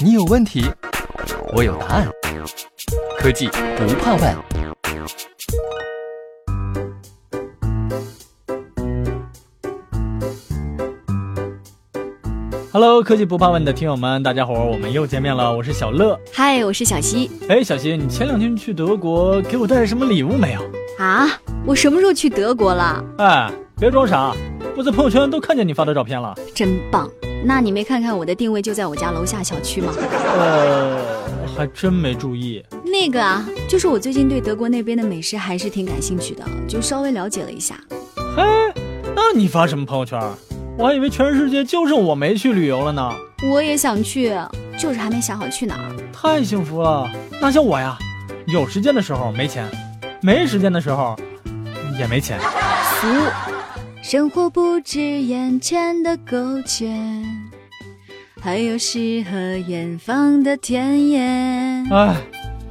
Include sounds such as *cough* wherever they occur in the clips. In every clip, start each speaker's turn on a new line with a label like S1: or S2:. S1: 你有问题，我有答案。科技不怕问。
S2: Hello，科技不怕问的听友们，大家伙儿，我们又见面了，我是小乐。
S3: 嗨，我是小溪
S2: 哎，小新，你前两天去德国，给我带什么礼物没有？
S3: 啊！我什么时候去德国了？
S2: 哎，别装傻，我在朋友圈都看见你发的照片了。
S3: 真棒！那你没看看我的定位就在我家楼下小区吗？
S2: 呃，还真没注意。
S3: 那个啊，就是我最近对德国那边的美食还是挺感兴趣的，就稍微了解了一下。
S2: 嘿，那你发什么朋友圈？我还以为全世界就剩我没去旅游了呢。
S3: 我也想去，就是还没想好去哪儿。
S2: 太幸福了，那像我呀，有时间的时候没钱，没时间的时候也没钱。
S3: 俗，生活不止眼前的苟且，还有诗和远方的田野。
S2: 哎，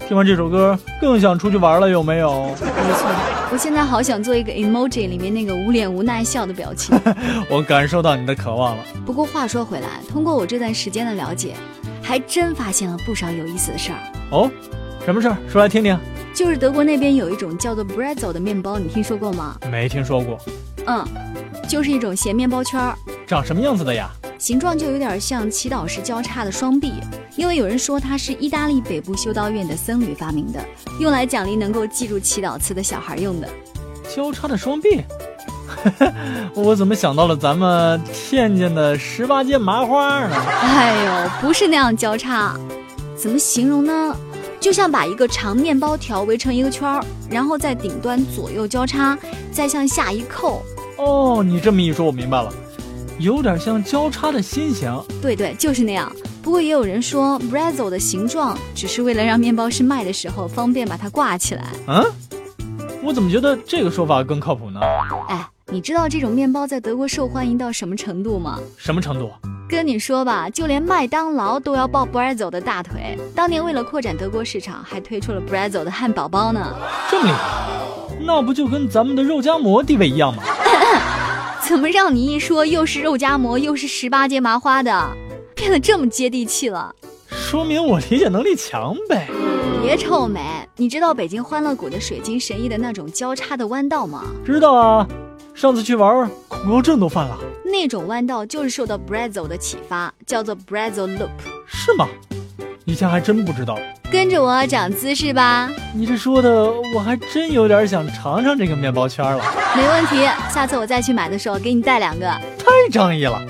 S2: 听完这首歌更想出去玩了，有没有？
S3: 没错，我现在好想做一个 emoji 里面那个捂脸无奈笑的表情。
S2: 我感受到你的渴望了。
S3: 不过话说回来，通过我这段时间的了解，还真发现了不少有意思的事儿。
S2: 哦，什么事儿？说来听听。
S3: 就是德国那边有一种叫做 bretzel 的面包，你听说过吗？
S2: 没听说过，
S3: 嗯，就是一种斜面包圈儿，
S2: 长什么样子的呀？
S3: 形状就有点像祈祷石交叉的双臂。因为有人说它是意大利北部修道院的僧侣发明的，用来奖励能够记住祈祷词的小孩用的。
S2: 交叉的双臂。 *laughs* 我怎么想到了咱们倩倩的十八街麻花呢？
S3: 哎呦，不是那样交叉，怎么形容呢？就像把一个长面包条围成一个圈儿，然后在顶端左右交叉，再向下一扣。
S2: 哦，你这么一说，我明白了，有点像交叉的心啊形。
S3: 对对，就是那样。不过也有人说 b r e z o 的形状只是为了让面包师卖的时候方便把它挂起来。
S2: 嗯，我怎么觉得这个说法更靠谱呢？
S3: 哎，你知道这种面包在德国受欢迎到什么程度吗？
S2: 什么程度？
S3: 跟你说吧，就连麦当劳都要抱 b r e z o 的大腿。当年为了扩展德国市场，还推出了 b r e z o 的汉堡包呢。
S2: 这么厉害？那不就跟咱们的肉夹馍地位一样吗？
S3: 怎么让你一说又是肉夹馍又是十八街麻花的，变得这么接地气了？
S2: 说明我理解能力强呗。
S3: 别臭美！你知道北京欢乐谷的水晶神医的那种交叉的弯道吗？
S2: 知道啊，上次去玩儿恐高症都犯了，
S3: 那种弯道就是受到 Brazil 的启发，叫做 Brazil Loop。
S2: 是吗？以前还真不知道。
S3: 跟着我长姿势吧，
S2: 你这说的，我还真有点想尝尝这个面包圈了，
S3: 没问题。下次我再去买的时候给你带两个。
S2: 太仗义了。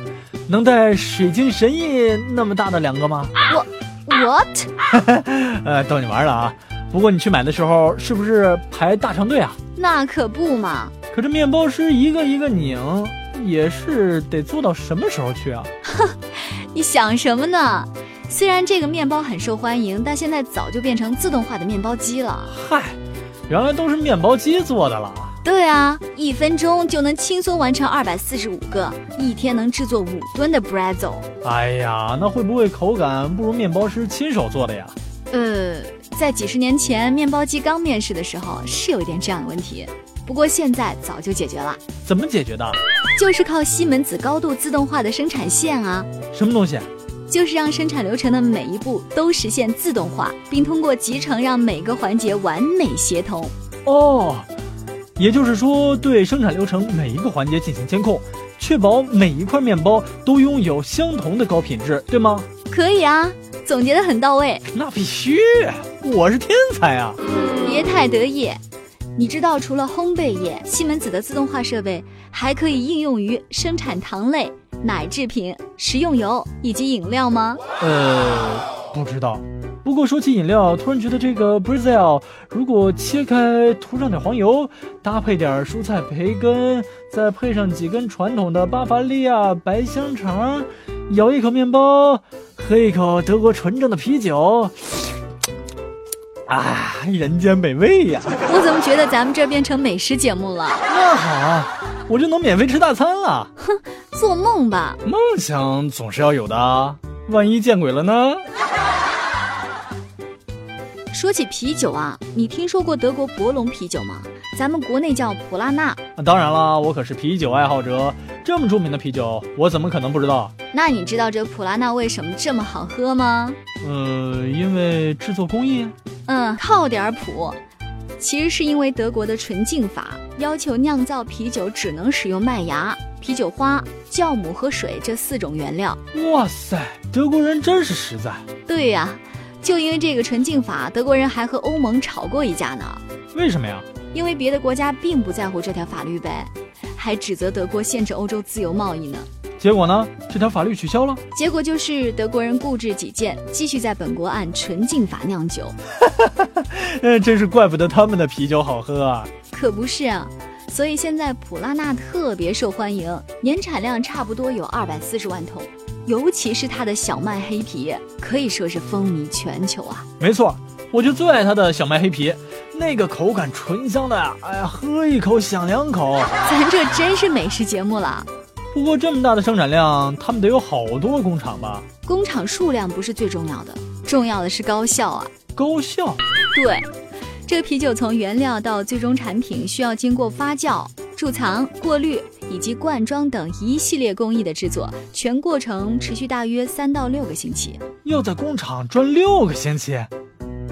S2: 能带水晶神翼那么大的两个吗？
S3: What？
S2: 呃，逗你玩儿了啊。不过你去买的时候是不是排大长队啊？
S3: 那可不嘛。
S2: 可这面包师一个一个拧，也是得做到什么时候去啊？
S3: 你想什么呢？虽然这个面包很受欢迎，但现在早就变成自动化的面包机了。
S2: 嗨，原来都是面包机做的了。
S3: 对啊，一分钟就能轻松完成二百四十五个，一天能制作五吨的 brazzo。
S2: 哎呀，那会不会口感不如面包师亲手做的呀？
S3: 呃，在几十年前面包机刚面世的时候，是有一点这样的问题，不过现在早就解决了，
S2: 怎么解决的？
S3: 就是靠西门子高度自动化的生产线啊，
S2: 什么东西？
S3: 就是让生产流程的每一步都实现自动化，并通过集成让每个环节完美协同。
S2: 哦，也就是说，对生产流程每一个环节进行监控，确保每一块面包都拥有相同的高品质，对吗？
S3: 可以啊，总结得很到位。
S2: 那必须，啊我是天才啊！
S3: 别太得意。你知道，除了烘焙业，西门子的自动化设备还可以应用于生产糖类、奶制品、食用油以及饮料吗？
S2: 呃，不知道。不过说起饮料，突然觉得这个 Brazil 如果切开涂上点黄油，搭配点蔬菜培根，再配上几根传统的巴伐利亚白香肠，咬一口面包，喝一口德国纯正的啤酒，啊，人间美味呀！
S3: 我怎么觉得咱们这变成美食节目了？
S2: 那好啊，我就能免费吃大餐了。
S3: 做梦吧！
S2: 梦想总是要有的啊，万一见鬼了呢？
S3: 说起啤酒啊，你听说过德国博龙啤酒吗？咱们国内叫普拉纳。
S2: 那当然啦，我可是啤酒爱好者，这么著名的啤酒，我怎么可能不知道？
S3: 那你知道这普拉纳为什么这么好喝吗？
S2: 呃，因为制作工艺，啊
S3: 嗯，靠点儿谱。其实是因为德国的纯净法要求酿造啤酒只能使用麦芽、啤酒花、酵母和水这四种原料。
S2: 哇塞，德国人真是实在。
S3: 对呀、就因为这个纯净法，德国人还和欧盟吵过一架呢。
S2: 为什么呀？
S3: 因为别的国家并不在乎这条法律呗，还指责德国限制欧洲自由贸易呢。
S2: 结果呢？这条法律取消了。 *laughs*
S3: 结果就是德国人固执己见，继续在本国按纯净法酿酒。
S2: 嗯，真是怪不得他们的啤酒好喝啊。
S3: 可不是啊，所以现在普拉纳特别受欢迎，年产量差不多有二百四十万桶，尤其是它的小麦黑啤，可以说是风靡全球啊。
S2: 没错，我就最爱它的小麦黑啤，那个口感醇香的呀，哎呀，喝一口想两口。
S3: 咱这真是美食节目了。
S2: 不过这么大的生产量，他们得有好多工厂吧？
S3: 工厂数量不是最重要的，重要的是高效啊。
S2: 高效，
S3: 对，这啤酒从原料到最终产品需要经过发酵、贮藏、过滤以及灌装等一系列工艺的制作，全过程持续大约三到六个星期。
S2: 要在工厂转六个星期，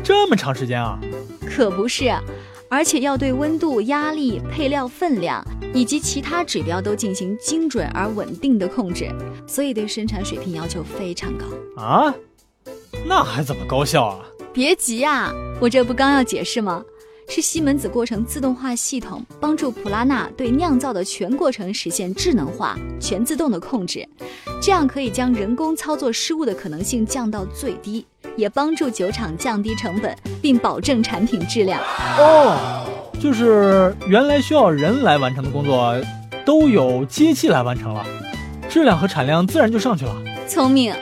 S2: 这么长时间啊？
S3: 可不是，啊而且要对温度、压力、配料分量以及其他指标都进行精准而稳定的控制，所以对生产水平要求非常高。
S2: 啊？那还怎么高效啊？
S3: 别急啊，我这不刚要解释吗？是西门子过程自动化系统帮助普拉纳对酿造的全过程实现智能化、全自动的控制，这样可以将人工操作失误的可能性降到最低，也帮助酒厂降低成本，并保证产品质量。
S2: 哦，就是原来需要人来完成的工作，都有机器来完成了，质量和产量自然就上去了。
S3: 聪明，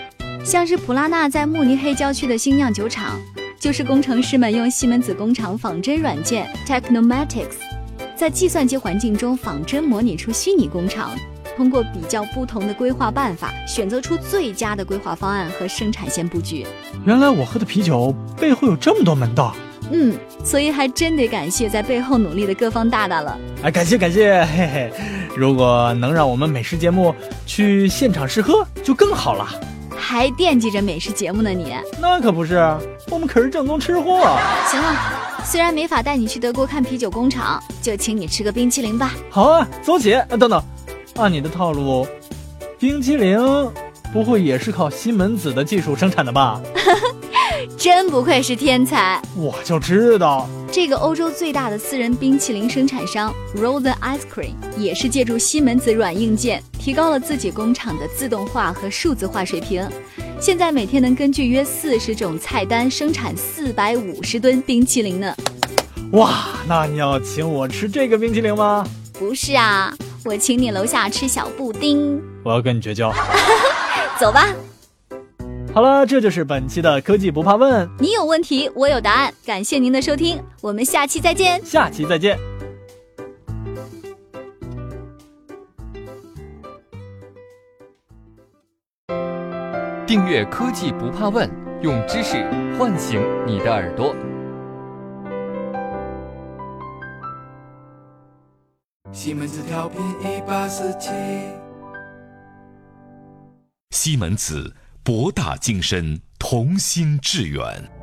S3: 像是普拉纳在慕尼黑郊区的新酿酒厂，就是工程师们用西门子工厂仿真软件 Technomatics，在计算机环境中仿真模拟出虚拟工厂，通过比较不同的规划办法，选择出最佳的规划方案和生产线布局。
S2: 原来我喝的啤酒背后有这么多门道。
S3: 嗯，所以还真得感谢在背后努力的各方大大了。
S2: 哎，感谢感谢，嘿嘿，如果能让我们美食节目去现场试喝就更好了。
S3: 还惦记着美食节目呢你。
S2: 那可不是，我们可是正宗吃货。
S3: 行了，虽然没法带你去德国看啤酒工厂，就请你吃个冰淇淋吧。
S2: 好啊，走起！呃等等，按你的套路，冰淇淋不会也是靠西门子的技术生产的吧？
S3: 真不愧是天才。
S2: 我就知道，
S3: 这个欧洲最大的私人冰淇淋生产商 Rosen Ice Cream 也是借助西门子软硬件，提高了自己工厂的自动化和数字化水平。现在每天能根据约四十种菜单生产四百五十吨冰淇淋呢。
S2: 哇，那你要请我吃这个冰淇淋吗？
S3: 不是啊，我请你楼下吃小布丁。
S2: 我要跟你绝交。
S3: 走吧，
S2: 好了，这就是本期的科技不怕问，
S3: 你有问题，我有答案。感谢您的收听，我们下期再见。
S2: 下期再见。
S1: 订阅《科技不怕问》，用知识唤醒你的耳朵。
S4: 西门子调频一八四七。
S5: 西门子，博大精深，同心致远。